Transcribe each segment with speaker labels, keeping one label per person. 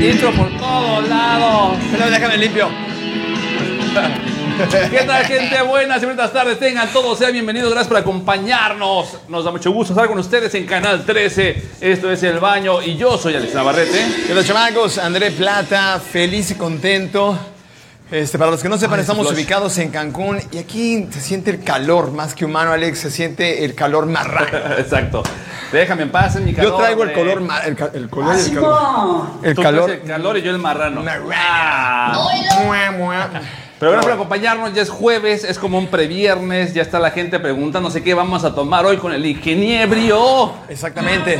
Speaker 1: Litro por todos lados. Pero déjame limpio. ¿Qué tal, gente buena? Y Buenas tardes, tengan todos, sean bienvenidos, gracias por acompañarnos. Nos da mucho gusto estar con ustedes en Canal 13. Esto es El Baño y yo soy Alex Navarrete.
Speaker 2: ¿Qué tal, chamacos? André Plata, feliz y contento. Este, para los que no sepan,
Speaker 1: Ay,
Speaker 2: estamos
Speaker 1: flush.
Speaker 2: ubicados en Cancún y aquí se siente el calor más que humano, Alex. Se siente el calor marrano.
Speaker 1: Exacto. Déjame en paz, en mi calor.
Speaker 2: Yo traigo el
Speaker 1: hombre.
Speaker 2: color ma- el, ca- el color y el calor.
Speaker 3: Máximo.
Speaker 2: El
Speaker 1: Tú traes
Speaker 2: calor.
Speaker 1: El calor y yo el marrano.
Speaker 2: Ah. Mua, mua.
Speaker 1: Pero gracias por acompañarnos, ya es jueves, es como un previernes, ya está la gente preguntando, sé qué vamos a tomar hoy con el ingeniebrio.
Speaker 2: Exactamente.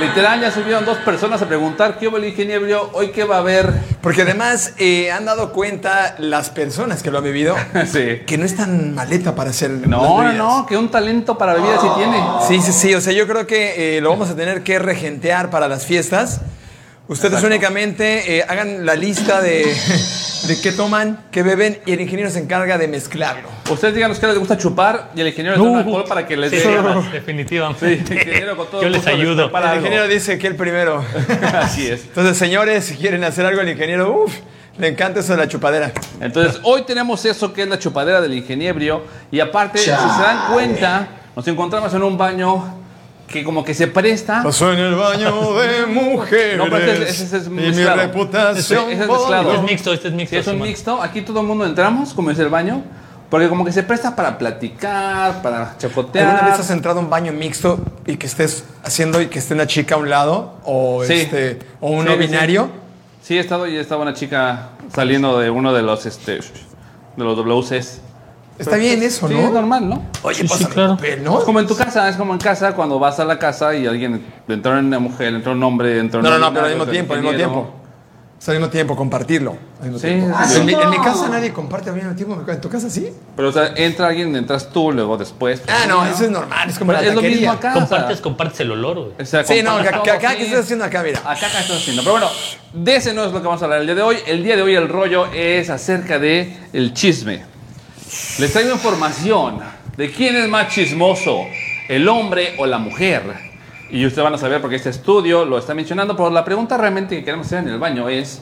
Speaker 1: Literal, ya subieron dos personas a preguntar, ¿qué hubo el ingeniebrio? ¿Hoy qué va a haber?
Speaker 2: Porque además eh, han dado cuenta las personas que lo han vivido
Speaker 1: Sí.
Speaker 2: que no es tan maleta para hacer.
Speaker 1: No, no,
Speaker 2: las bebidas.
Speaker 1: no, que un talento para bebidas sí tiene.
Speaker 2: Sí, sí, sí. O sea, yo creo que eh, lo vamos a tener que regentear para las fiestas. Ustedes únicamente eh, hagan la lista de, de qué toman, qué beben y el ingeniero se encarga de mezclarlo.
Speaker 1: Ustedes díganos qué les gusta chupar y el ingeniero les da un alcohol para que les
Speaker 4: Sí,
Speaker 1: dé.
Speaker 4: además, definitivamente.
Speaker 1: Sí, el ingeniero con todo
Speaker 4: Yo les
Speaker 1: gusto
Speaker 4: ayudo.
Speaker 1: prepara
Speaker 2: el
Speaker 1: algo.
Speaker 2: ingeniero dice que el primero.
Speaker 1: Así es.
Speaker 2: Entonces, señores, si quieren hacer algo al ingeniero, uff, le encanta eso de la chupadera.
Speaker 1: Entonces, hoy tenemos eso que es la chupadera del ingeniebrio. Y aparte, si se dan cuenta, nos encontramos en un baño que como que se presta.
Speaker 2: Pasó en el baño de mujeres.
Speaker 1: No, pero ese, ese- ese es
Speaker 2: y
Speaker 1: mezclado.
Speaker 2: mi reputación.
Speaker 1: Ese- ese es
Speaker 2: voló.
Speaker 1: mezclado.
Speaker 4: Este es mixto, este es mixto.
Speaker 1: Si es un
Speaker 4: Simón.
Speaker 1: mixto, aquí todo el mundo entramos, como es el baño, porque como que se presta para platicar, para
Speaker 2: ¿Alguna vez
Speaker 1: chacotear.
Speaker 2: has entrado a un baño mixto y que estés haciendo y que esté una chica a un lado o,
Speaker 1: Sí.
Speaker 2: este, o un
Speaker 1: Sí,
Speaker 2: no
Speaker 1: sí, sí.
Speaker 2: binario?
Speaker 1: Sí, he estado y estaba una chica saliendo de uno de los este de los WCs.
Speaker 2: Está bien eso,
Speaker 1: Sí,
Speaker 2: ¿no?
Speaker 1: es normal, ¿no?
Speaker 2: Oye,
Speaker 4: Sí, sí,
Speaker 2: pásame el
Speaker 4: claro.
Speaker 2: papel,
Speaker 1: Es
Speaker 2: ¿no?
Speaker 1: como en tu casa, es como en casa cuando vas a la casa y alguien entró una mujer, entró un hombre, entró
Speaker 2: No, no,
Speaker 1: una
Speaker 2: no, pero al
Speaker 1: niña,
Speaker 2: mismo
Speaker 1: entró
Speaker 2: tiempo, al
Speaker 1: el
Speaker 2: mismo
Speaker 1: ingeniero.
Speaker 2: tiempo. O sea, al mismo tiempo, compartirlo. Al mismo
Speaker 1: Sí,
Speaker 2: tiempo.
Speaker 1: sí,
Speaker 3: sí.
Speaker 2: En, mi, en mi
Speaker 3: No.
Speaker 2: casa nadie comparte al mismo tiempo. ¿En tu casa sí?
Speaker 1: Pero o sea, entra alguien, entras tú, luego después.
Speaker 2: Ah, no, eso es normal. Es como
Speaker 1: Pero
Speaker 2: la
Speaker 1: es lo
Speaker 2: taquería.
Speaker 1: mismo acá. o sea,
Speaker 4: Compartes, compartes el olor, güey.
Speaker 1: o sea,
Speaker 2: Sí, no, que, que
Speaker 1: compartes todo,
Speaker 2: acá,
Speaker 1: sí.
Speaker 2: ¿qué estás haciendo acá? Mira.
Speaker 1: Acá acá estás haciendo. Pero bueno, de ese no es lo que vamos a hablar el día de hoy. El día de hoy el rollo es acerca de el chisme. Les traigo información de quién es más chismoso, el hombre o la mujer. Y ustedes van a saber porque este estudio lo está mencionando, pero la pregunta realmente que queremos hacer en el baño es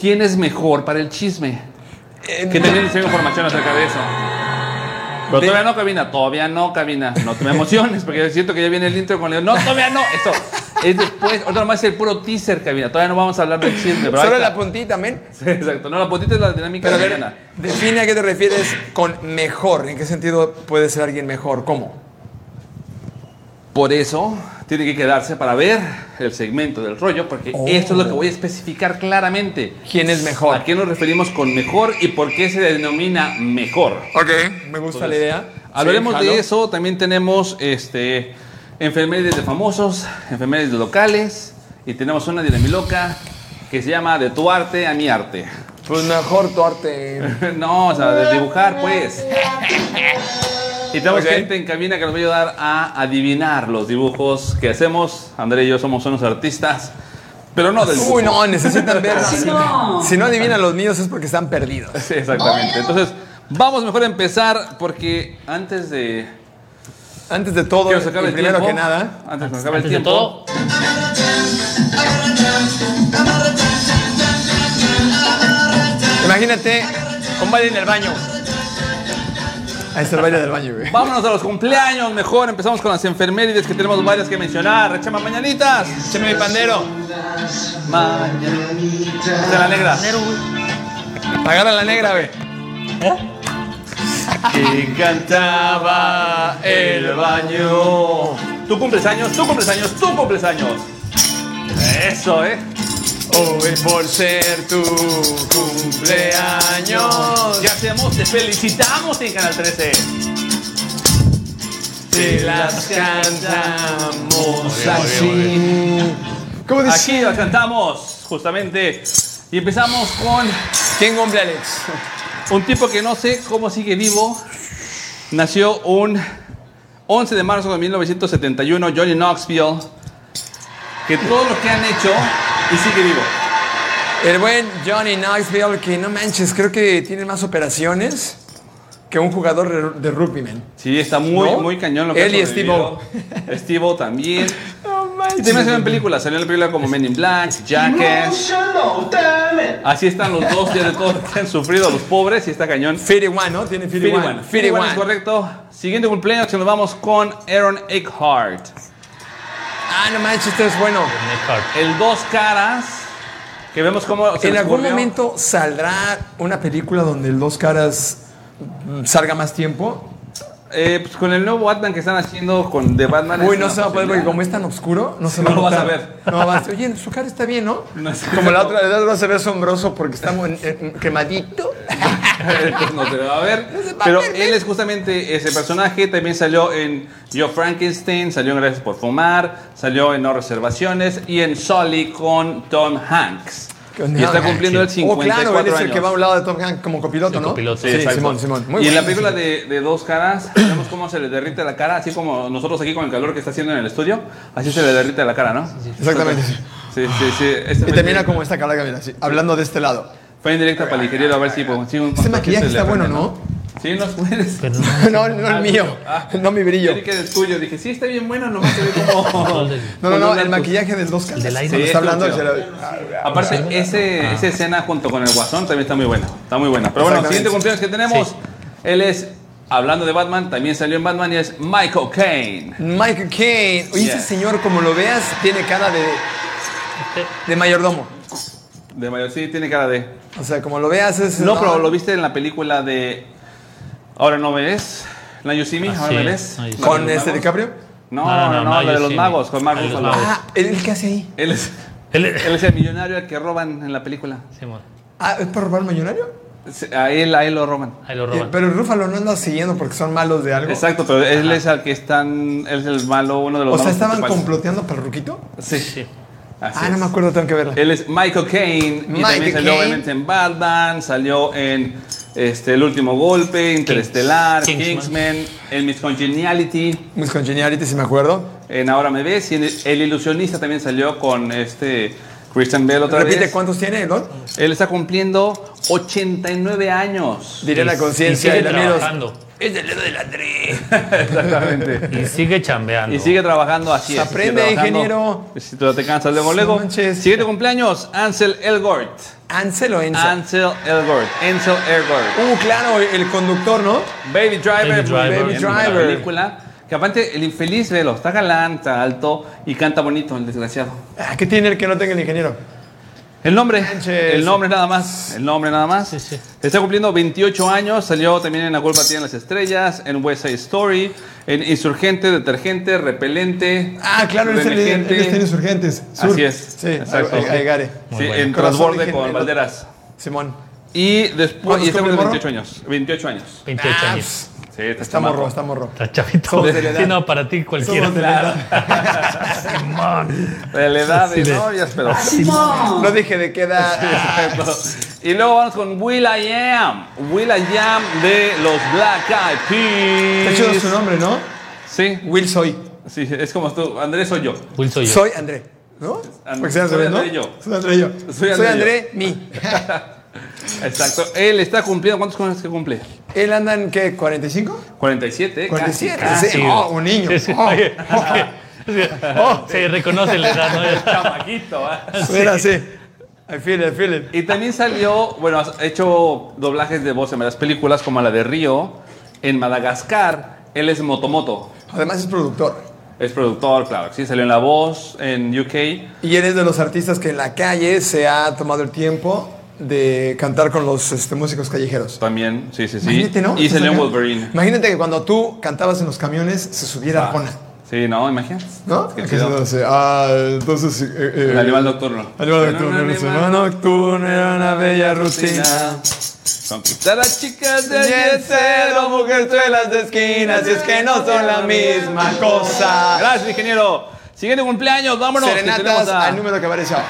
Speaker 1: ¿quién es mejor para el chisme?
Speaker 2: Eh,
Speaker 1: Que también les traigo información acerca de eso. Pero
Speaker 2: De-
Speaker 1: todavía no cabina, todavía no cabina. No te me emociones, porque siento que ya viene el intro con León. No, todavía no. Esto es después. Ahorita nomás es el puro teaser cabina. Todavía no vamos a hablar del chisme, pero ahí
Speaker 2: Solo
Speaker 1: está.
Speaker 2: la puntita, men.
Speaker 1: Sí, Exacto. No, la potita es la dinámica
Speaker 2: Pero a
Speaker 1: de
Speaker 2: ver,
Speaker 1: Mariana.
Speaker 2: define a qué te refieres con mejor. ¿En qué sentido puede ser alguien mejor? ¿Cómo?
Speaker 1: Por eso tiene que quedarse para ver el segmento del rollo, porque
Speaker 2: Oh.
Speaker 1: esto es lo que voy a especificar claramente.
Speaker 2: ¿Quién es mejor?
Speaker 1: ¿A qué nos referimos con mejor y por qué se denomina mejor?
Speaker 2: Ok. Me gusta la idea.
Speaker 1: Hablaremos
Speaker 2: Sí,
Speaker 1: de
Speaker 2: jalo.
Speaker 1: eso. También tenemos este, enfermerías de famosos, enfermerías de locales. Y tenemos una dinamiloca que se llama De tu arte a mi arte.
Speaker 2: Pues mejor tu arte.
Speaker 1: no, o sea, de dibujar, pues. y tenemos
Speaker 2: Ok.
Speaker 1: gente en cabina que nos va a ayudar a adivinar los dibujos que hacemos. André y yo somos unos artistas. Pero no del dibujo.
Speaker 2: Uy, no, necesitan ver. Si
Speaker 3: no.
Speaker 2: si no adivinan los míos es porque están perdidos.
Speaker 1: Sí, exactamente. Entonces, vamos mejor a empezar porque antes de...
Speaker 2: Antes de todo,
Speaker 1: que nos acabe
Speaker 2: y
Speaker 1: el
Speaker 2: primero
Speaker 1: tiempo,
Speaker 2: que nada,
Speaker 1: Antes de que nos acabe el
Speaker 4: Antes de
Speaker 1: tiempo.
Speaker 4: todo,
Speaker 2: imagínate un baile en el baño. Ahí está el este baile del baño, güey.
Speaker 1: Vámonos a los cumpleaños, mejor. Empezamos con las enfermerides que tenemos varias que mencionar. Chama mañanitas.
Speaker 2: Échame mi pandero.
Speaker 1: Mañanitas. De la negra.
Speaker 2: Agarra la negra, güey.
Speaker 1: Que cantaba el baño. Tú cumples años, tú cumples años, tú cumples años. Eso, ¿eh?
Speaker 2: Hoy por ser tu cumpleaños.
Speaker 1: ¿Qué hacemos? Te felicitamos en Canal 13.
Speaker 2: Te las cantamos así. ¿Cómo dice?
Speaker 1: Aquí la cantamos, justamente. Y empezamos con
Speaker 2: ¿Quién cumple Alex?
Speaker 1: Un tipo que no sé cómo sigue vivo. Nació un 11 de marzo de 1971, Johnny Knoxville. Que todo lo que han hecho y sigue vivo.
Speaker 2: El buen Johnny Knoxville, que no manches, creo que tiene más operaciones que un jugador de ru- de rugby, man.
Speaker 1: Sí, está muy,
Speaker 2: ¿No?
Speaker 1: muy cañón lo que
Speaker 2: Él y
Speaker 1: sobrevivido. Steve-O también.
Speaker 2: No manches.
Speaker 1: Y también salió en películas, salió en la película como Men in Black, Jackass. Así están los dos, ya de todos que han sufrido, los pobres, y está cañón.
Speaker 2: 51, ¿no? Tiene 51.
Speaker 1: 51. 51 es
Speaker 2: 51.
Speaker 1: correcto. Siguiente cumpleaños que nos vamos con Aaron Eckhart.
Speaker 2: Ah, no manches, esto es bueno.
Speaker 4: Neckhart.
Speaker 1: El dos caras, que vemos cómo se
Speaker 2: ¿En
Speaker 1: les
Speaker 2: algún
Speaker 1: ocurrió.
Speaker 2: momento saldrá una película donde el Dos Caras mm, salga más tiempo?
Speaker 1: Eh, pues con el nuevo Batman que están haciendo con de Batman.
Speaker 2: Uy,
Speaker 1: es
Speaker 2: no
Speaker 1: una
Speaker 2: se va a poder porque
Speaker 1: posibilidad.
Speaker 2: como es tan oscuro, no se
Speaker 1: No
Speaker 2: va a
Speaker 1: lo vas a
Speaker 2: notar.
Speaker 1: ver.
Speaker 2: No vas a Oye, su cara está bien, ¿no?
Speaker 1: No es-
Speaker 2: Como la otra, la otra se ve asombroso porque está muy- eh, quemadito.
Speaker 1: Entonces no se va a ver.
Speaker 2: No se va a
Speaker 1: Pero
Speaker 2: ver,
Speaker 1: él es justamente ese personaje. También salió en Yo Frankenstein, salió en Gracias por Fumar, salió en No Reservaciones y en Sully con Tom Hanks.
Speaker 2: Con
Speaker 1: y está
Speaker 2: Tom
Speaker 1: cumpliendo el
Speaker 2: Hanks. Oh,
Speaker 1: 54
Speaker 2: claro, él es el
Speaker 1: años.
Speaker 2: que va a un lado de Tom Hanks como copiloto,
Speaker 4: El
Speaker 2: ¿no?
Speaker 4: copiloto.
Speaker 2: Sí,
Speaker 1: exacto.
Speaker 2: Simón, Simón. Muy
Speaker 1: y en la
Speaker 2: bueno.
Speaker 1: película de, de Dos Caras, vemos cómo se le derrite la cara, así como nosotros aquí con el calor que está haciendo en el estudio, así se le derrite la cara, ¿no?
Speaker 2: Exactamente.
Speaker 1: Sí, sí, sí. Este
Speaker 2: Y
Speaker 1: fue en
Speaker 2: termina
Speaker 1: directo.
Speaker 2: como esta cara, mira, así, hablando de este lado.
Speaker 1: Fue en directa para el ingeniero a ver si consigo un
Speaker 2: Ese Este maquillaje está bueno, ¿no?
Speaker 1: Sí, no puedes.
Speaker 4: Pero no,
Speaker 2: No, no el mío,
Speaker 1: Ah.
Speaker 2: no mi brillo.
Speaker 1: Yo dije el tuyo, dije, sí, está bien bueno, nomás se ve como...
Speaker 2: No, no,
Speaker 1: como
Speaker 2: no,
Speaker 1: un
Speaker 2: el
Speaker 1: arco.
Speaker 2: maquillaje del Dos Caras.
Speaker 4: del aire.
Speaker 2: Cuando
Speaker 1: Sí,
Speaker 2: está
Speaker 1: es
Speaker 2: hablando,
Speaker 1: lo
Speaker 2: se
Speaker 1: peor.
Speaker 2: la-
Speaker 4: Ah.
Speaker 1: Aparte, ese, esa escena junto con el guasón también está muy buena. Está muy buena. Pero bueno, el siguiente cumpleaños que tenemos,
Speaker 4: Sí.
Speaker 1: él es, hablando de Batman, también salió en Batman y es Michael Caine.
Speaker 2: Michael Caine. Oye,
Speaker 1: Yeah.
Speaker 2: ese señor, como lo veas, tiene cara de,
Speaker 4: este-
Speaker 2: de mayordomo.
Speaker 1: De mayor, sí, tiene cara de...
Speaker 2: O sea, como lo veas es...
Speaker 1: No, pero lo viste en la película de... Ahora no me ves. La Yusimi,
Speaker 4: Ah,
Speaker 1: ahora
Speaker 4: sí,
Speaker 1: me ves.
Speaker 4: No You See Me.
Speaker 2: ¿Con este DiCaprio?
Speaker 1: No,
Speaker 4: No, no,
Speaker 1: no,
Speaker 4: no,
Speaker 1: no,
Speaker 4: No
Speaker 1: la de
Speaker 4: You
Speaker 1: los
Speaker 4: See Me.
Speaker 1: magos, con Mark
Speaker 4: La de los
Speaker 1: Ruffalo.
Speaker 4: magos.
Speaker 2: Ah, ¿el que hace ahí?
Speaker 1: Él es,
Speaker 4: Él-
Speaker 1: él es el millonario al que roban en la película.
Speaker 4: Simón,
Speaker 2: Ah, ¿es para robar al millonario?
Speaker 1: Se- A él, a él lo roban.
Speaker 4: ahí lo
Speaker 2: Eh,
Speaker 4: roban.
Speaker 2: Pero Rúfalo no anda siguiendo porque son malos de algo.
Speaker 1: Exacto, pero él es al que están. Él es el malo, uno de los
Speaker 2: O sea,
Speaker 1: malos
Speaker 2: ¿estaban
Speaker 1: principales.
Speaker 2: comploteando para Ruquito?
Speaker 1: Sí,
Speaker 4: Sí.
Speaker 1: Así
Speaker 2: Ah, no
Speaker 1: es. Eh.
Speaker 2: me acuerdo, tengo que verla.
Speaker 1: Él es Michael Caine. Y
Speaker 2: Michael
Speaker 1: también salió
Speaker 2: Caine.
Speaker 1: obviamente en Batman, salió en este, El último golpe, Interestelar,
Speaker 4: Kingsman.
Speaker 1: Kingsman. en Miss Congeniality,
Speaker 2: Mis congeniality, si me acuerdo.
Speaker 1: en Ahora Me Ves, y en El Ilusionista también salió con este Christian Bell otra
Speaker 2: Repite,
Speaker 1: vez.
Speaker 2: ¿cuántos tiene el Lord?
Speaker 1: Él está cumpliendo 89 años.
Speaker 2: Diré
Speaker 4: Y-
Speaker 2: la
Speaker 4: y
Speaker 2: conciencia y
Speaker 4: sigue
Speaker 2: la miros.
Speaker 4: trabajando.
Speaker 2: Es del dedo del Andrés.
Speaker 1: Exactamente.
Speaker 4: Y sigue chambeando.
Speaker 1: Y sigue trabajando así.
Speaker 2: Se
Speaker 1: es, sigue
Speaker 2: aprende,
Speaker 1: trabajando.
Speaker 2: ingeniero.
Speaker 1: Si tú te cansas luego, luego.
Speaker 2: manches.
Speaker 1: Siguiente cumpleaños, Ansel Elgort.
Speaker 2: Ansel o Enzo.
Speaker 1: Ansel Elgort. Ansel Elgort.
Speaker 2: Uh, claro, el conductor, ¿no?
Speaker 1: Baby Driver.
Speaker 4: Baby Driver.
Speaker 1: Baby
Speaker 4: Baby
Speaker 1: Driver.
Speaker 2: Driver.
Speaker 1: película. Que aparte, el infeliz, velo, está galán, está alto y canta bonito, el desgraciado.
Speaker 2: Ah, ¿Qué tiene el que no tenga el ingeniero?
Speaker 1: El nombre,
Speaker 2: Manches.
Speaker 1: el nombre nada más, el nombre nada más.
Speaker 4: Sí, sí.
Speaker 1: Está cumpliendo 28 años, salió también en La culpa tienen las estrellas, en West Side Story, en Insurgente, Detergente, Repelente.
Speaker 2: Ah, claro, él es el, él
Speaker 1: Remegente.
Speaker 2: es de Insurgentes. Sur.
Speaker 1: Así es.
Speaker 2: Sí,
Speaker 1: Exacto.
Speaker 2: ahí- ahí gare.
Speaker 1: Sí,
Speaker 4: Muy bueno.
Speaker 1: en
Speaker 2: Corazón
Speaker 1: transborde
Speaker 2: original.
Speaker 1: con Valderas.
Speaker 2: Simón.
Speaker 1: Y después,
Speaker 2: ¿Cuántos
Speaker 1: y este
Speaker 2: cumple
Speaker 1: fue de
Speaker 2: morro?
Speaker 1: 28 años. 28 años.
Speaker 4: 28
Speaker 2: Ah,
Speaker 1: pues.
Speaker 4: años.
Speaker 2: pss,
Speaker 1: Sí, está
Speaker 2: Está
Speaker 1: chamaco.
Speaker 2: morro, está morro.
Speaker 4: Está chavito.
Speaker 2: Somos de la edad.
Speaker 4: Sí, no, para ti cualquiera.
Speaker 2: Somos de la edad.
Speaker 4: Simón.
Speaker 1: De la edad de
Speaker 4: Sí, de- Ah,
Speaker 1: novias, pero.
Speaker 2: No dije de qué edad. Ah.
Speaker 1: Exacto. Y luego vamos con Will I Am. Will I Am de los Black Eyed
Speaker 2: Está
Speaker 1: Peas.
Speaker 2: chido su nombre, ¿no?
Speaker 1: Sí,
Speaker 2: Will Soy.
Speaker 1: sí, es como tú. Andrés soy yo.
Speaker 4: Will soy yo.
Speaker 2: Soy André. ¿No?
Speaker 1: And-
Speaker 2: Porque se llama
Speaker 1: soy
Speaker 2: André, ¿no?
Speaker 1: André yo.
Speaker 2: Soy André yo.
Speaker 1: Soy André
Speaker 2: Soy
Speaker 1: yo.
Speaker 2: André, mi.
Speaker 1: Exacto. Él está cumpliendo. ¿Cuántos años que cumple?
Speaker 2: ¿Él anda en qué? ¿45?
Speaker 1: 47. casi.
Speaker 2: 47.
Speaker 4: casi.
Speaker 2: Sí, oh, un niño.
Speaker 4: Sí, sí.
Speaker 2: Oh,
Speaker 4: Oye, oye.
Speaker 2: Oh.
Speaker 4: Se reconoce la edad, ¿no?
Speaker 1: Chamaquito, ¿eh?
Speaker 2: Era así. I feel it, I feel it.
Speaker 1: Y también salió, bueno, ha hecho doblajes de voz en varias películas, como la de Río, en Madagascar. Él es Motomoto,
Speaker 2: Además es productor.
Speaker 1: es productor, claro, sí, salió en La Voz, en UK.
Speaker 2: Y eres de los artistas que en la calle se ha tomado el tiempo de cantar con los este, músicos callejeros.
Speaker 1: También, sí, sí, sí.
Speaker 2: Imagínate, ¿no?
Speaker 1: Y
Speaker 2: Estás
Speaker 1: salió en
Speaker 2: acá.
Speaker 1: Wolverine. Ah.
Speaker 2: Imagínate que cuando tú cantabas en los camiones se subiera Arjona,
Speaker 1: Sí, no, imagínate.
Speaker 2: ¿no?
Speaker 1: Qué
Speaker 2: Que
Speaker 1: chido.
Speaker 2: se hace, ah, entonces... eh, eh,
Speaker 1: El animal nocturno.
Speaker 2: Animal nocturno,
Speaker 1: Era un
Speaker 2: la semana
Speaker 1: animal
Speaker 2: nocturna era una bella rutina.
Speaker 1: rutina. Conquistar a chicas de
Speaker 2: Yesero,
Speaker 1: Yesero.
Speaker 2: mujerzuelas de esquina, si es que no son la misma cosa.
Speaker 1: Gracias, ingeniero. Siguiente cumpleaños, vámonos. que tenemos
Speaker 2: Serenatas
Speaker 1: a-
Speaker 2: al número que aparece abajo.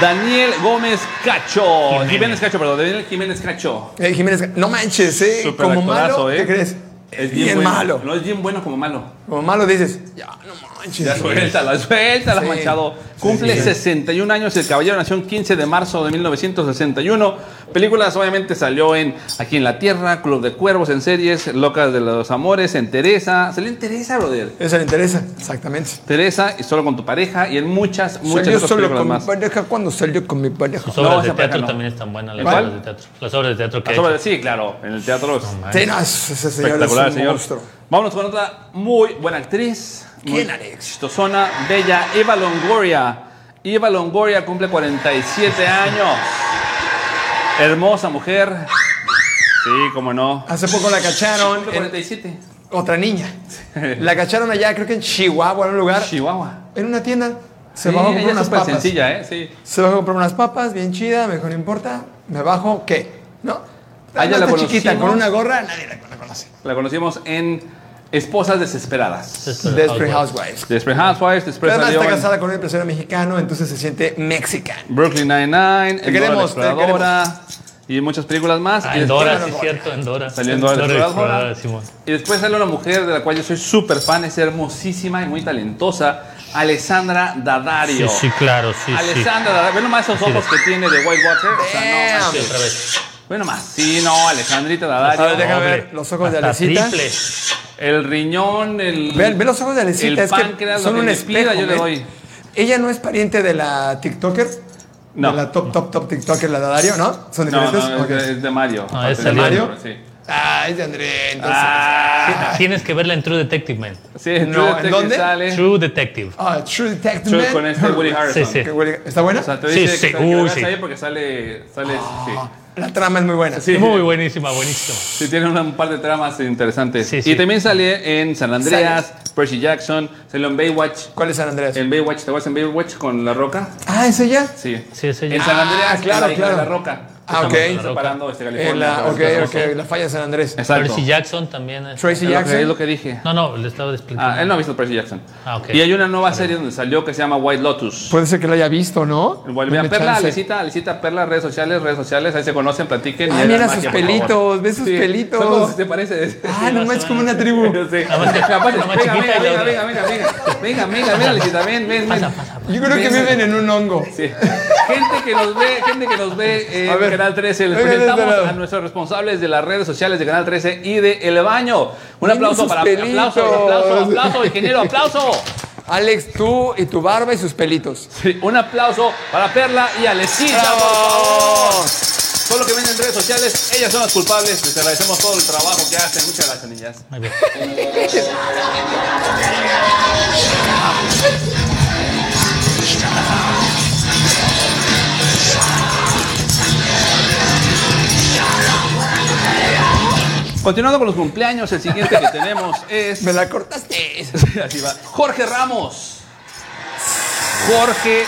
Speaker 1: Daniel Gómez Cacho.
Speaker 4: Jiménez.
Speaker 1: Jiménez Cacho, perdón. Daniel Jiménez Cacho.
Speaker 2: Eh, Jiménez, no manches, ¿eh?
Speaker 1: Súper
Speaker 2: Como
Speaker 1: actorazo,
Speaker 2: malo,
Speaker 1: ¿eh?
Speaker 2: ¿qué crees?
Speaker 1: Es
Speaker 2: bien
Speaker 1: bueno.
Speaker 2: malo.
Speaker 1: No es bien bueno como malo.
Speaker 2: Como malo dices, ya, no manches.
Speaker 1: Ya suéltala, suéltala,
Speaker 2: Sí.
Speaker 1: Machado.
Speaker 2: Sí,
Speaker 1: Cumple
Speaker 2: sí, sí.
Speaker 1: 61 años. El Caballero nació el 15 de marzo de 1961. Películas obviamente salió en Aquí en la Tierra, Club de Cuervos, en series, Locas de los Amores, en Teresa. Salió en Teresa, brother.
Speaker 2: Eso le interesa, exactamente.
Speaker 1: Teresa y solo con tu pareja y en muchas, muchas
Speaker 2: salió
Speaker 1: otras
Speaker 2: solo
Speaker 1: películas
Speaker 2: con
Speaker 1: más.
Speaker 2: mi pareja cuando salió con mi pareja.
Speaker 4: Las obras
Speaker 1: No,
Speaker 4: de
Speaker 1: esa pareja
Speaker 4: teatro
Speaker 1: no.
Speaker 4: también están buenas, las
Speaker 1: ¿Cuál?
Speaker 4: obras de teatro. Las obras de teatro que
Speaker 1: Ah,
Speaker 4: hay.
Speaker 1: sobre- Sí, claro, en el teatro es
Speaker 2: Sí, no, ese ese señor
Speaker 1: espectacular,
Speaker 2: es un
Speaker 1: señor.
Speaker 2: monstruo.
Speaker 1: Vámonos con otra muy buena actriz.
Speaker 2: ¿Quién,
Speaker 1: muy
Speaker 2: Alex?
Speaker 1: Chistosona, bella, Eva Longoria. Eva Longoria cumple 47 años. Hermosa mujer. Sí, cómo no.
Speaker 2: Hace poco la cacharon,
Speaker 1: Cumple
Speaker 2: en-
Speaker 1: 47.
Speaker 2: otra niña. La cacharon allá, creo que en Chihuahua, en un lugar,
Speaker 1: Chihuahua.
Speaker 2: en una tienda. Se
Speaker 1: Sí,
Speaker 2: bajó a
Speaker 1: ella
Speaker 2: comprar
Speaker 1: es
Speaker 2: unas
Speaker 1: súper
Speaker 2: papas.
Speaker 1: sencilla, ¿eh? Sí.
Speaker 2: Se bajó a comprar unas papas, bien chida, mejor no importa. Me bajo, ¿qué? ¿No?
Speaker 1: Ah, ya la
Speaker 2: está chiquita,
Speaker 1: conocimos.
Speaker 2: con una gorra, nadie la la conoce.
Speaker 1: La conocimos en Esposas Desesperadas.
Speaker 2: Desperate Housewives.
Speaker 1: Desperate Housewives, después
Speaker 2: Pero además
Speaker 1: Pues salió
Speaker 2: está
Speaker 1: en-
Speaker 2: casada con un empresario mexicano, entonces se siente mexicano.
Speaker 1: Brooklyn
Speaker 2: Te
Speaker 1: Nine-Nine, El Dora la
Speaker 2: queremos, te
Speaker 1: Exploradora y muchas películas más.
Speaker 4: Ah,
Speaker 1: y,
Speaker 4: en
Speaker 1: después,
Speaker 4: Dora, sí, cierto, en Dora.
Speaker 1: Salió en Dora,
Speaker 4: Dora
Speaker 1: ¿verdad,
Speaker 4: Exploradora,
Speaker 1: Dora?
Speaker 4: Simón.
Speaker 1: y después sale una mujer de la cual yo soy súper fan, es hermosísima y muy talentosa, Alessandra Daddario.
Speaker 4: Sí, sí, claro, sí, sí.
Speaker 1: Alessandra Daddario, ve nomás esos ojos que tiene de White Water. O sea, no,
Speaker 2: Damn.
Speaker 4: Sí, otra vez.
Speaker 1: ve nomás. Sí, no, Alessandrita
Speaker 2: A ver,
Speaker 1: Daddario.
Speaker 2: déjame
Speaker 4: Doble.
Speaker 2: ver los ojos de
Speaker 4: Hasta
Speaker 2: Alecita.
Speaker 4: Triple.
Speaker 1: El riñón, el.
Speaker 2: Vean, ve los ojos de
Speaker 1: El
Speaker 2: Alecita, es que
Speaker 1: páncreas, lo
Speaker 2: son
Speaker 1: que
Speaker 2: un
Speaker 1: me pida,
Speaker 2: espejo.
Speaker 1: yo le
Speaker 2: ¿ven?
Speaker 1: doy.
Speaker 2: Ella no es pariente de la TikToker.
Speaker 1: No.
Speaker 2: De la top, top, top TikToker, la de Dario, ¿no? ¿Son
Speaker 1: No,
Speaker 2: diferentes?
Speaker 1: no,
Speaker 2: Ok.
Speaker 1: es, de, es de Mario.
Speaker 4: Ah, es
Speaker 1: Aparte
Speaker 4: de
Speaker 2: Mario.
Speaker 1: Sí.
Speaker 2: Ah, es de André, entonces.
Speaker 1: Ah,
Speaker 4: Tienes que verla en True Detective, man.
Speaker 1: sí, en
Speaker 2: No, ¿en
Speaker 1: True Detective
Speaker 2: dónde?
Speaker 1: sale.
Speaker 4: True Detective.
Speaker 2: Ah, True Detective.
Speaker 1: True
Speaker 2: Man.
Speaker 1: con este Woody Harrison.
Speaker 4: Sí, sí.
Speaker 2: Qué huele- ¿Está buena?
Speaker 1: O sea, te
Speaker 4: Sí,
Speaker 1: dice
Speaker 4: sí,
Speaker 1: que, sale- que
Speaker 4: uy,
Speaker 1: veas
Speaker 4: sí.
Speaker 1: ahí porque sale, sale,
Speaker 2: La trama es muy buena.
Speaker 1: sí. Sí,
Speaker 4: Muy buenísima, buenísima.
Speaker 1: sí, tiene un, un par de tramas interesantes.
Speaker 4: Sí,
Speaker 1: y
Speaker 4: sí.
Speaker 1: también sale en San Andreas, Percy Jackson, salió en Baywatch.
Speaker 2: ¿Cuál es San Andrés?
Speaker 1: En Baywatch, ¿te acuerdas en Baywatch con La Roca?
Speaker 2: Ah, ¿es ella?
Speaker 1: Sí.
Speaker 4: Sí, es ella.
Speaker 1: En San Andreas,
Speaker 2: Ah, claro,
Speaker 1: la hija
Speaker 2: claro.
Speaker 1: de La Roca.
Speaker 2: Ah, ok.
Speaker 1: Estamos separando este California.
Speaker 2: En la,
Speaker 1: para
Speaker 2: ok,
Speaker 1: este
Speaker 2: ok,
Speaker 1: famoso.
Speaker 2: la falla de San Andrés.
Speaker 1: Exacto.
Speaker 4: Percy Jackson también. es-
Speaker 2: Tracy
Speaker 1: Es lo, que, es
Speaker 2: Jackson.
Speaker 1: lo que dije.
Speaker 4: No, no, le estaba explicando.
Speaker 1: Ah, él no ha visto Percy Jackson.
Speaker 4: Ah, ok.
Speaker 1: Y hay una nueva serie donde salió que se llama White Lotus.
Speaker 2: Puede ser que la haya visto, ¿no?
Speaker 1: Vuelve a
Speaker 2: Pues, Dame
Speaker 1: Perla,
Speaker 2: chance.
Speaker 1: Alicita, Alicita, Perla, redes sociales, redes sociales, ahí se conocen, platiquen. y
Speaker 2: Ah,
Speaker 1: hagan
Speaker 2: mira
Speaker 1: magia,
Speaker 2: sus
Speaker 1: por favor.
Speaker 2: pelitos, ve sus
Speaker 1: Sí,
Speaker 2: pelitos.
Speaker 1: son como si te parece.
Speaker 2: Ah, no manches, como una tribu.
Speaker 1: Sí.
Speaker 4: La más- la más
Speaker 1: Venga,
Speaker 4: chiquita
Speaker 1: venga,
Speaker 4: y la
Speaker 1: venga, venga,
Speaker 4: otra.
Speaker 1: venga, venga, venga, venga, venga, Alicita, ven, ven, ven.
Speaker 2: Yo creo que viven en un hongo.
Speaker 1: Sí. Gente que nos ve, gente que nos ve
Speaker 2: A
Speaker 1: en
Speaker 2: ver.
Speaker 1: Canal 13, les
Speaker 2: Venga,
Speaker 1: presentamos
Speaker 2: venga, venga.
Speaker 1: a nuestros responsables de las redes sociales de Canal 13 y de El Baño. Un
Speaker 2: Miren
Speaker 1: aplauso
Speaker 2: sus
Speaker 1: para
Speaker 2: pelitos.
Speaker 1: aplauso, aplauso, aplauso, ingeniero, aplauso.
Speaker 2: Alex, tú y tu barba y sus pelitos.
Speaker 1: Sí, un aplauso para Perla y Alecita, por favor. Todo lo que ven en redes sociales, ellas son las culpables. Les agradecemos todo el trabajo que hacen. Muchas gracias,
Speaker 2: eh.
Speaker 1: niñas.
Speaker 4: Muy bien.
Speaker 1: Continuando con los cumpleaños, el siguiente que tenemos es.
Speaker 2: Me la cortaste.
Speaker 1: Así va. Jorge Ramos. Jorge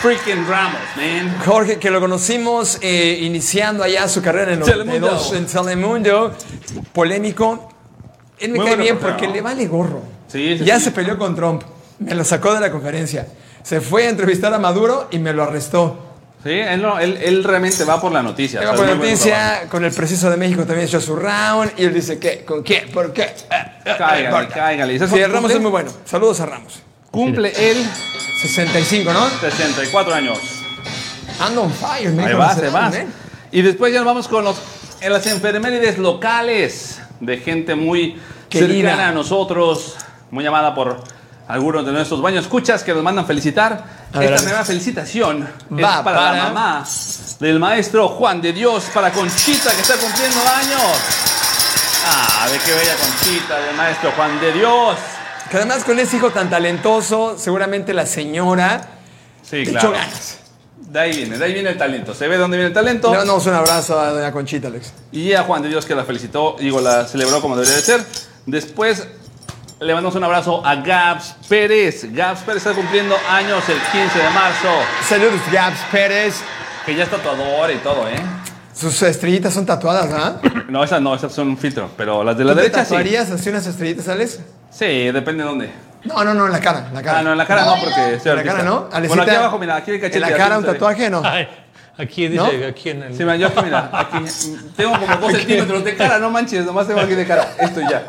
Speaker 1: freaking Ramos, man.
Speaker 2: Jorge, que lo conocimos eh, iniciando allá su carrera en el
Speaker 1: Telemundo.
Speaker 2: 92 en Telemundo, polémico. Él me
Speaker 1: Muy
Speaker 2: cae
Speaker 1: bueno
Speaker 2: bien
Speaker 1: programa.
Speaker 2: porque le vale gorro.
Speaker 1: Sí, sí,
Speaker 2: ya
Speaker 1: sí.
Speaker 2: se peleó con Trump. Me lo sacó de la conferencia. Se fue a entrevistar a Maduro y me lo arrestó.
Speaker 1: Sí, él, no- él- él realmente va por la noticia.
Speaker 2: Tema
Speaker 1: o sea,
Speaker 2: por
Speaker 1: es muy buen trabajo.
Speaker 2: noticia, con el preciso de México también echó su round y él dice, ¿qué? ¿Con quién? ¿Por qué? Eh,
Speaker 1: Cáigale, cáigale. ¿Y sabes
Speaker 2: Sí,
Speaker 1: cuánto
Speaker 2: Ramos
Speaker 1: cumple?
Speaker 2: es muy bueno. Saludos a Ramos.
Speaker 1: Cumple él
Speaker 2: 65, ¿no?
Speaker 1: 64 años.
Speaker 2: Ando on fire, me
Speaker 1: Ahí vas, ahí vas. Y después ya nos vamos con los, en las enfermerides locales de gente muy
Speaker 2: Querida.
Speaker 1: cercana a nosotros, muy llamada por algunos de nuestros baños. Escuchas que nos mandan felicitar. Esta
Speaker 2: Adelante.
Speaker 1: nueva felicitación es
Speaker 2: Va
Speaker 1: para, la
Speaker 2: para-
Speaker 1: mamá del maestro Juan de Dios, para Conchita que está cumpliendo años. Ah, de qué bella Conchita, del maestro Juan de Dios.
Speaker 2: Que además con ese hijo tan talentoso, seguramente la señora
Speaker 1: Sí,
Speaker 2: le
Speaker 1: claro.
Speaker 2: echó ganas.
Speaker 1: De ahí viene, de ahí viene el talento. Se ve dónde viene el talento.
Speaker 2: Le mandamos un abrazo a doña Conchita, Alex.
Speaker 1: Y a Juan de Dios que la felicitó, digo, la celebró como debería de ser. Después le mandamos un abrazo a Gabs Pérez. Gabs Pérez está cumpliendo años el 15 de marzo,
Speaker 2: Saludos, Gaps Pérez.
Speaker 1: que ya es tatuador y todo, ¿eh?
Speaker 2: Sus estrellitas son tatuadas, ¿ah?
Speaker 1: No, esas no, esas son un filtro, pero las de la
Speaker 2: ¿Tú te
Speaker 1: derecha sí.
Speaker 2: tatuarías así unas estrellitas, Alex?
Speaker 1: Sí, depende de dónde.
Speaker 2: No, no, no, en la cara, en la cara.
Speaker 1: Ah, no, en la cara no, porque soy
Speaker 2: En la
Speaker 1: artista.
Speaker 2: cara, ¿no?
Speaker 1: bueno, aquí
Speaker 2: Alecita,
Speaker 1: abajo, mira, aquí hay Ah, cachete.
Speaker 2: ¿En la
Speaker 1: aquí
Speaker 2: cara
Speaker 1: no
Speaker 2: un
Speaker 1: se ve.
Speaker 2: tatuaje no?
Speaker 4: Ay, Aquí dice, aquí en el.
Speaker 1: Sí, man, yo aquí, mira, aquí mm, tengo como dos centímetros de cara, no manches, nomás tengo aquí de cara. Esto ya.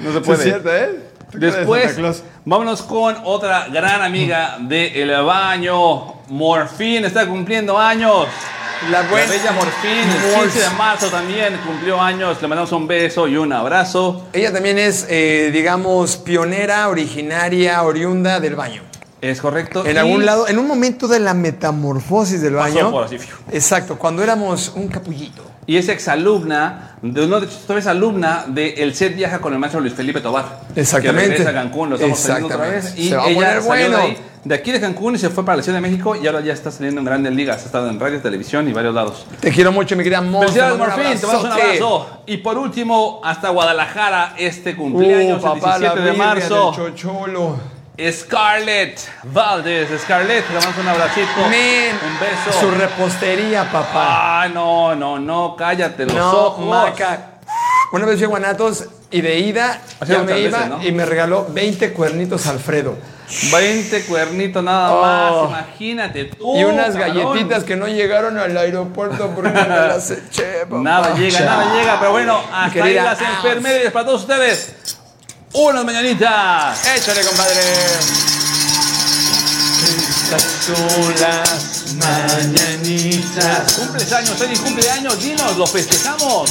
Speaker 1: No se puede.
Speaker 2: Es cierto, ¿eh? Tu cara de Santa Claus.
Speaker 1: Después, vámonos con otra gran amiga de El Baño. Morfín está cumpliendo años.
Speaker 2: La
Speaker 1: La
Speaker 2: buena.
Speaker 1: bella Morfín, el 15 de marzo también cumplió años. Le mandamos un beso y un abrazo.
Speaker 2: Ella también es, eh, digamos, pionera, originaria, oriunda del baño.
Speaker 1: Es correcto.
Speaker 2: En
Speaker 1: Y
Speaker 2: algún lado, en un momento de la metamorfosis del
Speaker 1: pasó
Speaker 2: baño.
Speaker 1: por así, fiu.
Speaker 2: Exacto, cuando éramos un capullito.
Speaker 1: Y es exalumna, de, no, de hecho, todavía es alumna del set Viaja con el maestro Luis Felipe Tobar.
Speaker 2: Exactamente.
Speaker 1: Que regresa a Cancún, lo estamos teniendo otra
Speaker 2: Exactamente.
Speaker 1: vez. Y
Speaker 2: Se va a
Speaker 1: ella
Speaker 2: poner
Speaker 1: salió de,
Speaker 2: bueno.
Speaker 1: ahí, de aquí de Cancún y se fue para la Ciudad de México y ahora ya está saliendo en grandes ligas. Ha estado en radio, televisión y varios lados.
Speaker 2: Te quiero mucho, mi querida Monza.
Speaker 1: Felicidades, Morfín, te mando un abrazo. Y por último, hasta Guadalajara, este
Speaker 2: Uh,
Speaker 1: cumpleaños, el 17 de marzo.
Speaker 2: Chocholo.
Speaker 1: Scarlett Valdés, Scarlett, te mando un abracito. un beso.
Speaker 2: Su repostería, papá.
Speaker 1: Ah, no, no, no, cállate los
Speaker 2: no,
Speaker 1: ojos.
Speaker 2: maca. Una vez fui a Guanatos y de ida
Speaker 1: Ha sido
Speaker 2: ya me
Speaker 1: muchas
Speaker 2: iba
Speaker 1: veces, ¿no?
Speaker 2: y me regaló 20 cuernitos Alfredo.
Speaker 1: 20 cuernitos nada
Speaker 2: Oh.
Speaker 1: más, imagínate tú.
Speaker 2: y unas
Speaker 1: Uh, cabrón.
Speaker 2: galletitas que no llegaron al aeropuerto porque me las eché, papá.
Speaker 1: Nada llega, nada llega, pero bueno,
Speaker 2: Mi
Speaker 1: hasta ahí
Speaker 2: querida
Speaker 1: las
Speaker 2: Alf.
Speaker 1: enfermeras para todos ustedes. Unas mañanitas.
Speaker 2: Échale, compadre. Estas son las mañanitas.
Speaker 1: Cumples años, feliz cumpleaños, dinos, lo festejamos.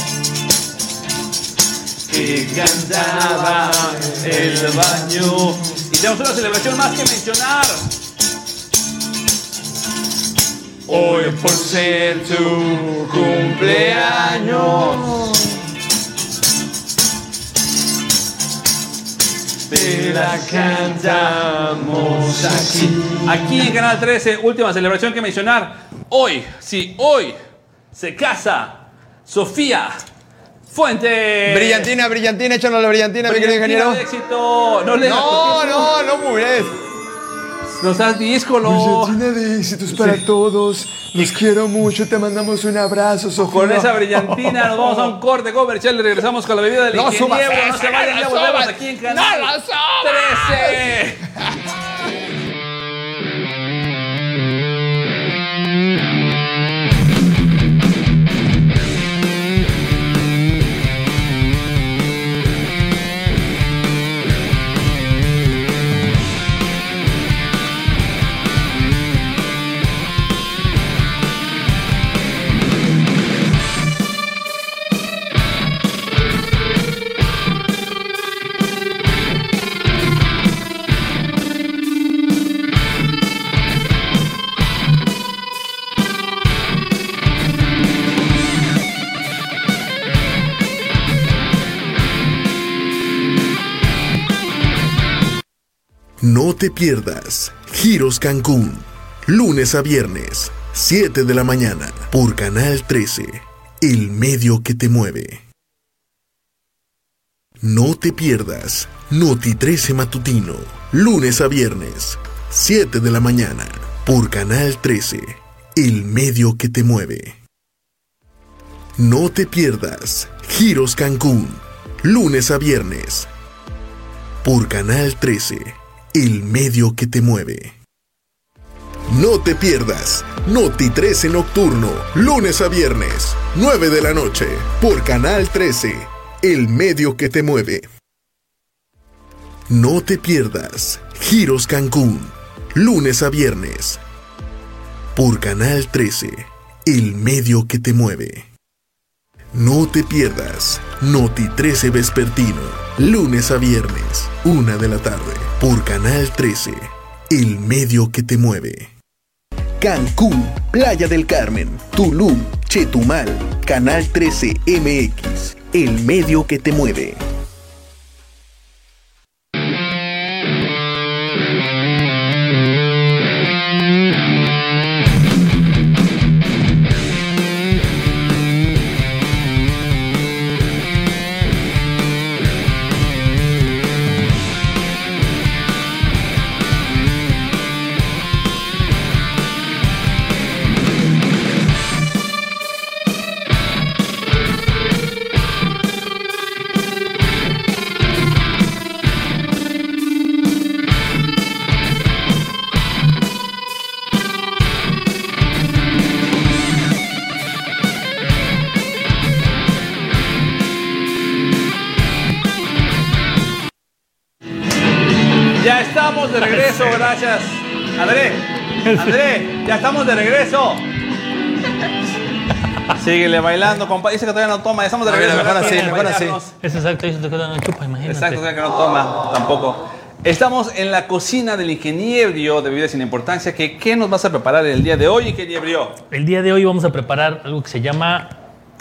Speaker 1: Que cantaba el baño. Y tenemos una celebración más que mencionar.
Speaker 2: Hoy por ser tu cumpleaños. Te la cantamos aquí.
Speaker 1: Aquí en Canal 13, última celebración que mencionar. Hoy, si hoy se casa Sofía Fuente.
Speaker 2: Brillantina, brillantina, échanos la brillantina, mi querido
Speaker 1: Brillantina
Speaker 2: ingeniero.
Speaker 1: de éxito. No le
Speaker 2: No, no, no mures.
Speaker 1: Nos das díscolo.
Speaker 2: Brillantina de éxitos para todos. Los quiero mucho, te mandamos un abrazo, Sofía.
Speaker 1: Con esa brillantina nos vamos a un corte comercial y regresamos con la bebida del
Speaker 2: No
Speaker 1: ingeniero.
Speaker 2: subas
Speaker 1: no
Speaker 2: esa,
Speaker 1: se vayan,
Speaker 2: no
Speaker 1: ya
Speaker 2: la
Speaker 1: volvemos
Speaker 2: subas.
Speaker 1: aquí en Canal
Speaker 2: ¡No la subas!
Speaker 1: 13.
Speaker 3: No te pierdas Giros Cancún, lunes a viernes, 7 de la mañana, por Canal 13, el medio que te mueve. No te pierdas Noti 13 Matutino, lunes a viernes, 7 de la mañana, por Canal 13, el medio que te mueve. No te pierdas Giros Cancún, lunes a viernes, por Canal 13, el medio que te mueve. No te pierdas Noti 13 Nocturno, lunes a viernes, 9 de la noche, por Canal 13, el medio que te mueve. No te pierdas Giros Cancún, lunes a viernes, por Canal 13, el medio que te mueve. No te pierdas Noti 13 Vespertino, lunes a viernes, una de la tarde, por Canal 13, el medio que te mueve. Cancún, Playa del Carmen, Tulum, Chetumal, Canal 13 MX, el medio que te mueve.
Speaker 1: Ya estamos de regreso, gracias. André, André, ya estamos de regreso. Síguele bailando, compadre. Dice que todavía no toma, ya estamos de
Speaker 2: A ver,
Speaker 1: regreso.
Speaker 2: mejor
Speaker 1: gracias
Speaker 2: así,
Speaker 1: por
Speaker 2: mejor así.
Speaker 1: acompañarnos.
Speaker 4: Es exacto, eso te queda una chupa, pues, imagínate.
Speaker 1: Exacto, todavía que no toma tampoco. Estamos en la cocina del ingeniero de bebidas sin importancia. Que, ¿Qué nos vas a preparar el día de hoy, ingeniero?
Speaker 4: El día de hoy vamos a preparar algo que se llama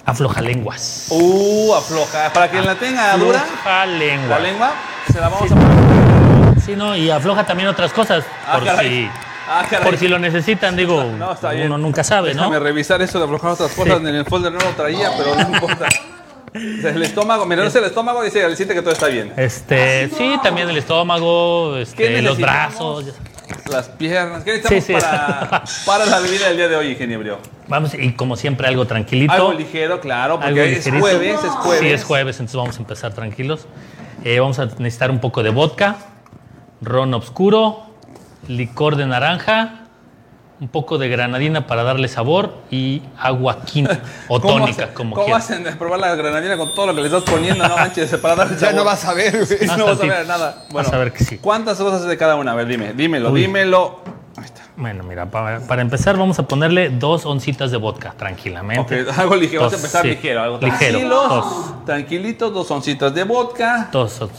Speaker 4: aflojalenguas.
Speaker 1: Uh, afloja. Para que la tenga dura, la
Speaker 4: Aflojalengua.
Speaker 1: lengua, se la vamos a poner.
Speaker 4: Sí, no, y afloja también otras cosas.
Speaker 1: Ah,
Speaker 4: por,
Speaker 1: caray.
Speaker 4: si,
Speaker 1: Ah, caray.
Speaker 4: por si lo necesitan, digo,
Speaker 1: No, está bien.
Speaker 4: uno nunca sabe, ¿no?
Speaker 1: Déjame revisar eso de aflojar otras cosas.
Speaker 4: Sí.
Speaker 1: En el folder no lo traía, pero no importa. O sea, El estómago, mira, no es el estómago, dice, le siente que todo está bien.
Speaker 4: Este, sí, también el estómago, este,
Speaker 1: necesitamos?
Speaker 4: los brazos. ya sabes.
Speaker 1: Las piernas. ¿Qué necesitamos
Speaker 4: Sí, sí.
Speaker 1: Para, para la bebida del día de hoy, ingeniero?
Speaker 4: Vamos, y como siempre, algo tranquilito.
Speaker 1: Algo ligero, claro, porque
Speaker 4: Algo
Speaker 1: hoy es
Speaker 4: ligerito.
Speaker 1: jueves, es jueves.
Speaker 4: Sí, es jueves, entonces vamos a empezar tranquilos. Eh, vamos a necesitar un poco de vodka, ron oscuro, licor de naranja, un poco de granadina para darle sabor y agua quinta o
Speaker 1: ¿Cómo
Speaker 4: tónica,
Speaker 1: hacen-
Speaker 4: como
Speaker 1: ¿Cómo
Speaker 4: quieras.
Speaker 1: hacen de probar la granadina con todo lo que le estás poniendo? No manches, para darle
Speaker 2: Ya
Speaker 1: sabor.
Speaker 2: no vas a ver, güey.
Speaker 1: No vas a
Speaker 4: tantito.
Speaker 1: ver nada.
Speaker 4: Vas a ver que sí.
Speaker 1: ¿Cuántas cosas de cada una? A ver, dime, dímelo,
Speaker 4: Uy.
Speaker 1: dímelo. Ahí está.
Speaker 4: Bueno, mira, para, para empezar vamos a ponerle dos oncitas de vodka, tranquilamente.
Speaker 1: Ok, algo ligero, vamos a
Speaker 4: Dos,
Speaker 1: empezar
Speaker 4: sí.
Speaker 1: ligero. Algo
Speaker 4: ligero.
Speaker 1: tranquilos,
Speaker 4: Dos,
Speaker 1: tranquilitos, dos oncitas de vodka.
Speaker 4: dos, dos.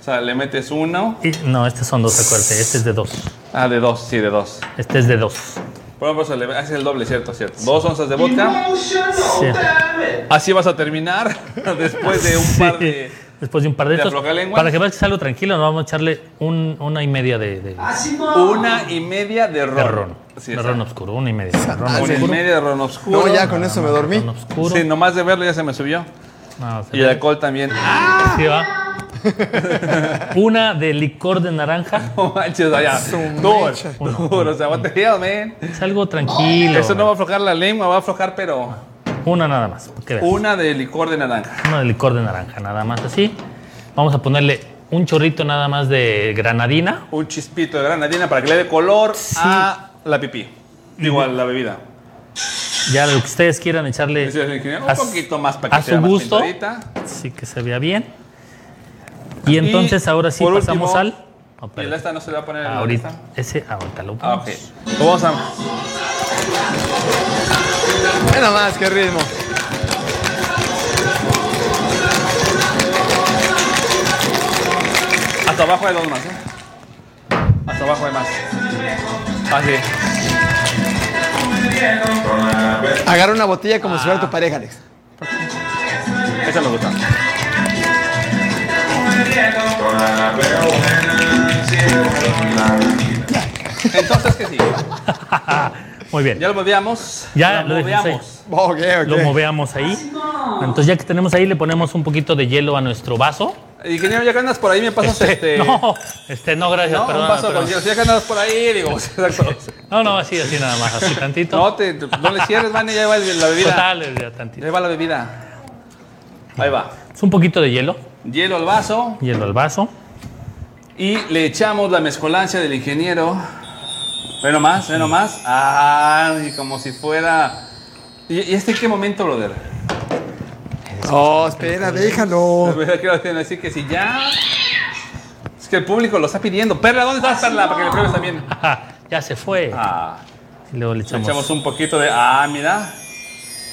Speaker 1: O sea, le metes uno.
Speaker 4: Y- no, estos son dos, acuérdate. Este es de dos.
Speaker 1: Ah, de dos, sí, de dos.
Speaker 4: Este es de dos.
Speaker 1: Por ejemplo, se le hace el doble, cierto, cierto. Dos onzas de vodka.
Speaker 4: Sí.
Speaker 1: Así vas a terminar después de un par
Speaker 4: Sí.
Speaker 1: de...
Speaker 4: Después de un par de,
Speaker 1: de
Speaker 4: estos,
Speaker 1: aflojalenguas.
Speaker 4: para que veas que es algo tranquilo, nos vamos a echarle un- una y media de, de-
Speaker 1: Una y media de ron.
Speaker 4: de ron.
Speaker 1: Ah, Sí,
Speaker 4: De
Speaker 1: exacto.
Speaker 4: ron oscuro, una y media. de ron
Speaker 1: Una y
Speaker 4: oscuro.
Speaker 1: media de ron oscuro.
Speaker 2: No, ya con eso me dormí.
Speaker 4: Ron oscuro.
Speaker 1: Sí, nomás de verlo ya se me subió.
Speaker 4: No, se
Speaker 1: Y el
Speaker 4: ve.
Speaker 1: alcohol también. ¡Ah!
Speaker 4: Sí, va. una de licor de naranja.
Speaker 1: No manches, allá. Duro, duro. O sea, what the hell, man.
Speaker 4: Es algo tranquilo.
Speaker 1: Eso no va a aflojar la lengua, va a aflojar, pero...
Speaker 4: Una nada más. para que veas.
Speaker 1: Una de licor de naranja.
Speaker 4: Una de licor de naranja, nada más así. Vamos a ponerle un chorrito nada más de granadina.
Speaker 1: un chispito de granadina para que le dé color a la pipí. Digo, a la bebida.
Speaker 4: Ya lo que ustedes quieran echarle.
Speaker 1: Dice el ingeniero,
Speaker 4: a
Speaker 1: un
Speaker 4: su-
Speaker 1: poquito más para que
Speaker 4: a
Speaker 1: sea
Speaker 4: su
Speaker 1: más
Speaker 4: gusto.
Speaker 1: pintadita.
Speaker 4: Sí, que se vea bien. Y entonces ahora sí
Speaker 1: por
Speaker 4: pasamos
Speaker 1: último,
Speaker 4: al.
Speaker 1: Y
Speaker 4: Oh, espérate.
Speaker 1: la esta no se le va a poner en la
Speaker 4: ahorita.
Speaker 1: lista.
Speaker 4: Ese ahorita lo
Speaker 1: Ah,
Speaker 4: ponemos.
Speaker 1: ok. Lo vamos a...
Speaker 2: Nada más, qué ritmo.
Speaker 1: Hasta abajo hay dos más, ¿eh? Hasta abajo hay más. Ah, Así.
Speaker 2: Agarra una botella como si fuera
Speaker 1: Ah.
Speaker 2: tu pareja, Alex.
Speaker 1: Esa me gusta. Entonces, ¿qué sigue?
Speaker 4: Muy bien.
Speaker 1: Ya lo movíamos.
Speaker 4: Ya lo dejas ahí.
Speaker 1: movíamos.
Speaker 2: Ok, ok.
Speaker 4: Lo moveamos ahí. Entonces, ya que tenemos ahí, le ponemos un poquito de hielo a nuestro vaso.
Speaker 1: Ingeniero, ya que andas por ahí, me pasas este...
Speaker 4: No, este, no, gracias,
Speaker 1: No,
Speaker 4: perdona,
Speaker 1: un vaso de
Speaker 4: perdona.
Speaker 1: concierto. Si ya que andas por ahí, digo, exacto.
Speaker 4: No, no, así, así nada más, así tantito.
Speaker 1: No, te, te- no le cierres, man, ya va el- la bebida.
Speaker 4: Total, ya tantito.
Speaker 1: Ya va la bebida. Ahí va.
Speaker 4: Es un poquito de hielo,
Speaker 1: Hielo al vaso
Speaker 4: hielo al vaso.
Speaker 1: y le echamos la mezcolancia del ingeniero. Ve nomás, ve nomás. Ay, como si fuera. ¿Y, y este en qué momento, brother?
Speaker 2: Oh, espera, déjalo.
Speaker 1: Pues, Quiero decir así que si ya. Es que el público lo está pidiendo. Perla, ¿dónde estás, Perla? Para que le pruebes también.
Speaker 4: Ajá, ya se fue.
Speaker 1: Ah,
Speaker 4: Y luego le
Speaker 1: le
Speaker 4: echamos,
Speaker 1: echamos un poquito de. Ah, mira.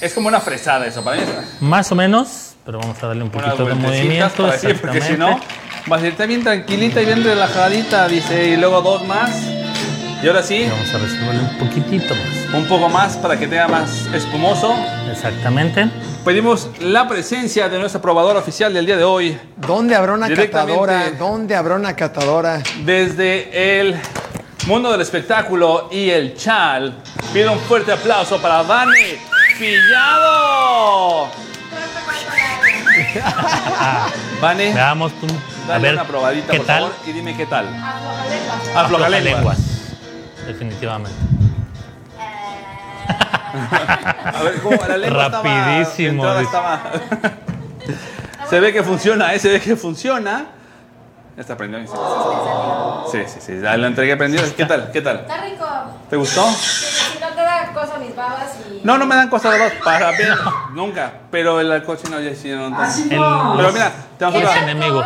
Speaker 1: Es como una fresada eso, para mí. es-
Speaker 4: más o menos, pero vamos a darle un
Speaker 1: unas
Speaker 4: poquito de
Speaker 1: vueltecitas
Speaker 4: movimiento.
Speaker 1: para decir, porque si no,
Speaker 4: exactamente.
Speaker 1: va a estar bien tranquilita y bien relajadita, dice, y luego dos más. Y ahora sí,
Speaker 4: Y vamos a reservarle un poquitito más.
Speaker 1: un poco más para que tenga más espumoso.
Speaker 4: Exactamente.
Speaker 1: Pedimos la presencia de nuestra probadora oficial del día de hoy,
Speaker 2: ¿Dónde habrá una
Speaker 1: Directamente.
Speaker 2: catadora? ¿Dónde habrá una catadora?
Speaker 1: desde el mundo del espectáculo y el chal. Pido un fuerte aplauso para Dani Pillado. Vane,
Speaker 4: Veamos tú. A
Speaker 1: dale
Speaker 4: ver,
Speaker 1: una probadita,
Speaker 4: ¿qué
Speaker 1: por
Speaker 4: tal?
Speaker 1: favor, y dime qué tal. Afloja lenguas.
Speaker 4: Definitivamente.
Speaker 1: A ver cómo la lengua estaba-
Speaker 4: Rapidísimo,
Speaker 1: entrada
Speaker 4: dice.
Speaker 1: estaba- se ve que funciona, ¿eh? se ve que funciona. Ya está prendido. Sí, sí, sí. Ya lo entregué prendido. ¿Qué tal? ¿Qué tal?
Speaker 5: Está rico.
Speaker 1: ¿Te gustó?
Speaker 5: Si no te da cosa mis babas y.
Speaker 1: No, no me dan cosas dos para ver nunca. Pero el alcohol sí no, ya sí no tanto.
Speaker 4: El-
Speaker 1: Pero mira, te vamos a
Speaker 4: es
Speaker 1: probar.
Speaker 5: eh?
Speaker 4: enemigo.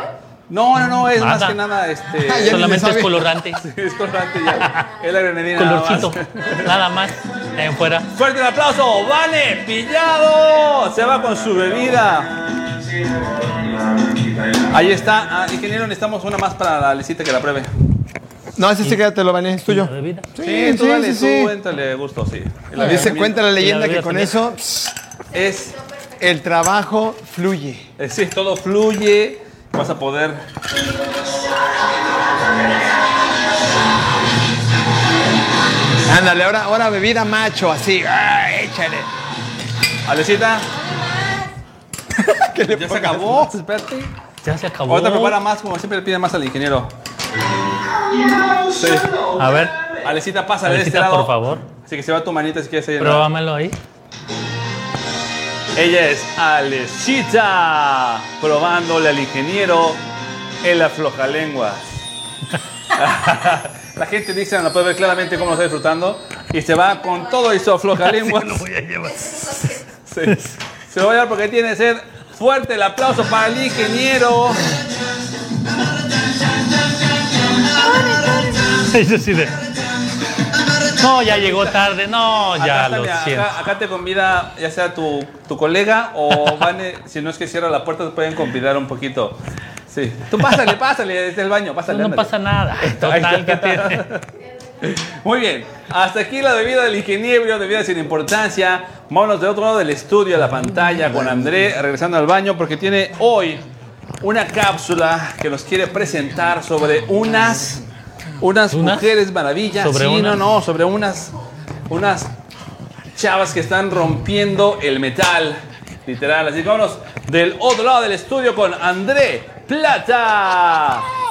Speaker 1: No, no, no, es
Speaker 4: Nada.
Speaker 1: más que nada
Speaker 2: Ah,
Speaker 1: este.
Speaker 2: ya.
Speaker 1: es-
Speaker 4: Solamente es
Speaker 2: sabe.
Speaker 4: colorante.
Speaker 1: es colorante ya. Es la grenadina. nada más.
Speaker 4: Colorcito. Nada más. Ahí fuera.
Speaker 1: Fuerte el aplauso. Vale, pillado. Se va con su bebida. Ahí está. Ah, ingeniero, necesitamos una más para la licita que la pruebe.
Speaker 2: No, ese sí que te lo baneé, es tuyo.
Speaker 4: La bebida.
Speaker 1: Sí, tú dale, tú entrale gusto, sí. La
Speaker 2: Dice, cuenta la leyenda
Speaker 4: bebida
Speaker 2: que con
Speaker 4: también.
Speaker 2: eso pss,
Speaker 1: Es,
Speaker 2: el trabajo fluye.
Speaker 1: eh, sí, todo fluye. Vas a poder.
Speaker 2: Ándale, ahora, ahora bebida macho, así. ah, échale.
Speaker 1: Alecita,
Speaker 2: ¿Qué le
Speaker 1: ya se
Speaker 2: pongas?
Speaker 1: acabó. Espérate.
Speaker 4: Ya se acabó.
Speaker 1: Ahorita prepara más, como siempre le pide más al ingeniero. Sí.
Speaker 4: A ver,
Speaker 1: Alecita, pasa de este
Speaker 4: Alecita,
Speaker 1: lado.
Speaker 4: por favor.
Speaker 1: Así que se va tu manita si quieres. ahí en la-
Speaker 4: probámelo ahí.
Speaker 1: Ella es Alecita, probándole al ingeniero el aflojalenguas. la gente en Instagram la puede ver claramente cómo lo está disfrutando y se va con todo y su aflojalenguas.
Speaker 4: Lo voy a llevar.
Speaker 1: Sí. Se lo voy a dar porque tiene que ser fuerte el aplauso para el ingeniero.
Speaker 4: Eso sí de- No, ya llegó tarde. No, ya
Speaker 1: acá,
Speaker 4: lo
Speaker 1: está, mira,
Speaker 4: siento.
Speaker 1: acá- acá te convida ya sea tu, tu colega o Vane, si no es que cierra la puerta, te pueden convidar un poquito. Sí. Tú pásale, pásale, desde el baño, pásale.
Speaker 4: No
Speaker 1: ándale.
Speaker 4: pasa nada. Total, ¿qué tiene?
Speaker 1: Muy bien, hasta aquí la bebida del ingeniero, bebida sin importancia. Vámonos del otro lado del estudio a la pantalla con André regresando al baño porque tiene hoy una cápsula que nos quiere presentar sobre unas, unas
Speaker 4: ¿Unas?
Speaker 1: mujeres maravillas.
Speaker 4: Sobre
Speaker 1: sí,
Speaker 4: unas.
Speaker 1: no, no, sobre unas, unas chavas que están rompiendo el metal, literal. Así que vámonos del otro lado del estudio con André Plata.